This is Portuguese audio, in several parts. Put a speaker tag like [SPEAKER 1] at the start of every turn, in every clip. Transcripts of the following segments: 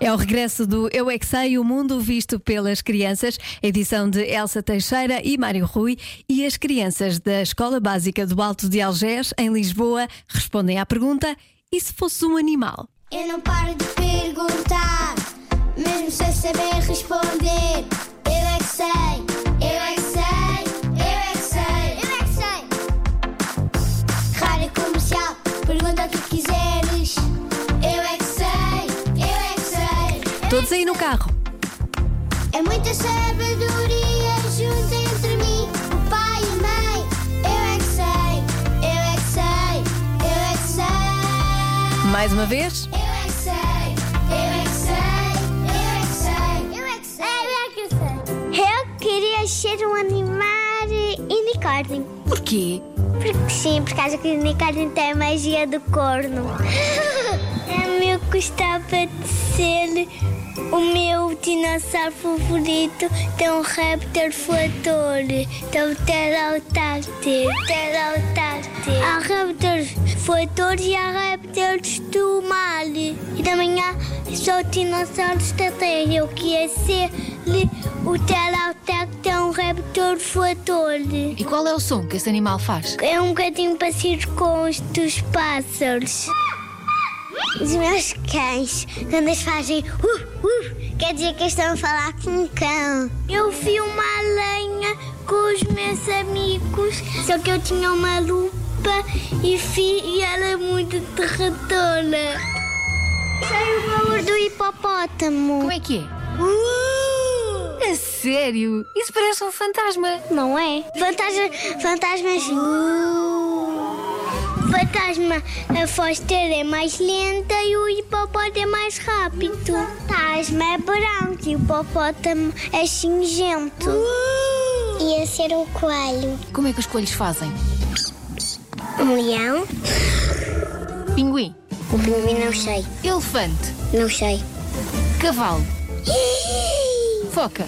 [SPEAKER 1] É o regresso do Eu é que Sei, o mundo visto pelas crianças, edição de Elsa Teixeira e Mário Rui. E as crianças da Escola Básica do Alto de Algés, em Lisboa, respondem à pergunta: e se fosse um animal?
[SPEAKER 2] Eu não paro de perguntar, mesmo sem saber responder. Eu é que sei, eu é que sei, eu é que sei, eu é que sei. Rádio comercial, pergunta o que quiseres. Eu é que sei, eu é que sei.
[SPEAKER 1] Todos aí no carro.
[SPEAKER 2] É muita sabedoria junta entre mim, o pai e a mãe. Eu é que sei, eu é que sei, eu é que sei.
[SPEAKER 1] Mais uma vez?
[SPEAKER 2] Eu é que sei, eu é que sei, eu é que sei, eu é que sei, eu é que sei. Eu queria ser um animal unicórnio.
[SPEAKER 1] Porquê?
[SPEAKER 2] Porque sim, por causa que o unicórnio tem a magia do corno. A mim gostava de ser o meu dinossauro favorito, tem um raptor voador, tem um pterodactyl, pterodactyl. Há raptors voadores e há raptors do mar. E também há só dinossauros da terra. Eu queria ser o pterodactyl, é um raptor voador.
[SPEAKER 1] E qual é o som que esse animal faz?
[SPEAKER 2] É um bocadinho parecido com os dos pássaros. Os meus cães, quando eles fazem uh, uh, quer dizer que eles estão a falar com um cão. Eu vi uma lenha com os meus amigos, só que eu tinha uma lupa e, vi, e era muito aterradora. Sei é o valor do hipopótamo.
[SPEAKER 1] Como é que é? A sério? Isso parece um fantasma.
[SPEAKER 2] Não é? Fantasma, fantasmas. Fantasma, a foster é mais lenta e o hipopótamo é mais rápido. fantasma é branco e o hipopótamo é cinzento. Ia ser um coelho.
[SPEAKER 1] Como é que os coelhos fazem?
[SPEAKER 2] Um leão?
[SPEAKER 1] Pinguim,
[SPEAKER 2] O pinguim não sei,
[SPEAKER 1] elefante,
[SPEAKER 2] não sei.
[SPEAKER 1] cavalo, foca.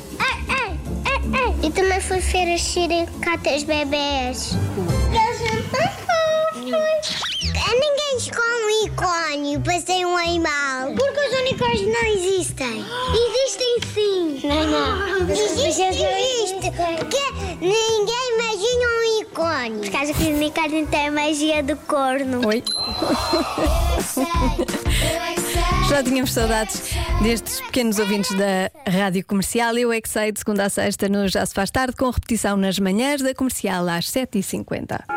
[SPEAKER 2] E também fui ver as siricatas bebés. Hum. Eles não tão fofos. Ninguém escolhe um unicórnio para ser um animal. Porque os unicórnios não existem. Existem sim. Não, não. Existe, existe. Porque ninguém imagina um unicórnio. Por causa que o unicórnio tem a magia do corno.
[SPEAKER 1] Oi. Já tínhamos saudades destes pequenos ouvintes da Rádio Comercial. Eu é que sei de segunda a sexta no Já se faz tarde, com repetição nas manhãs da comercial às 7h50.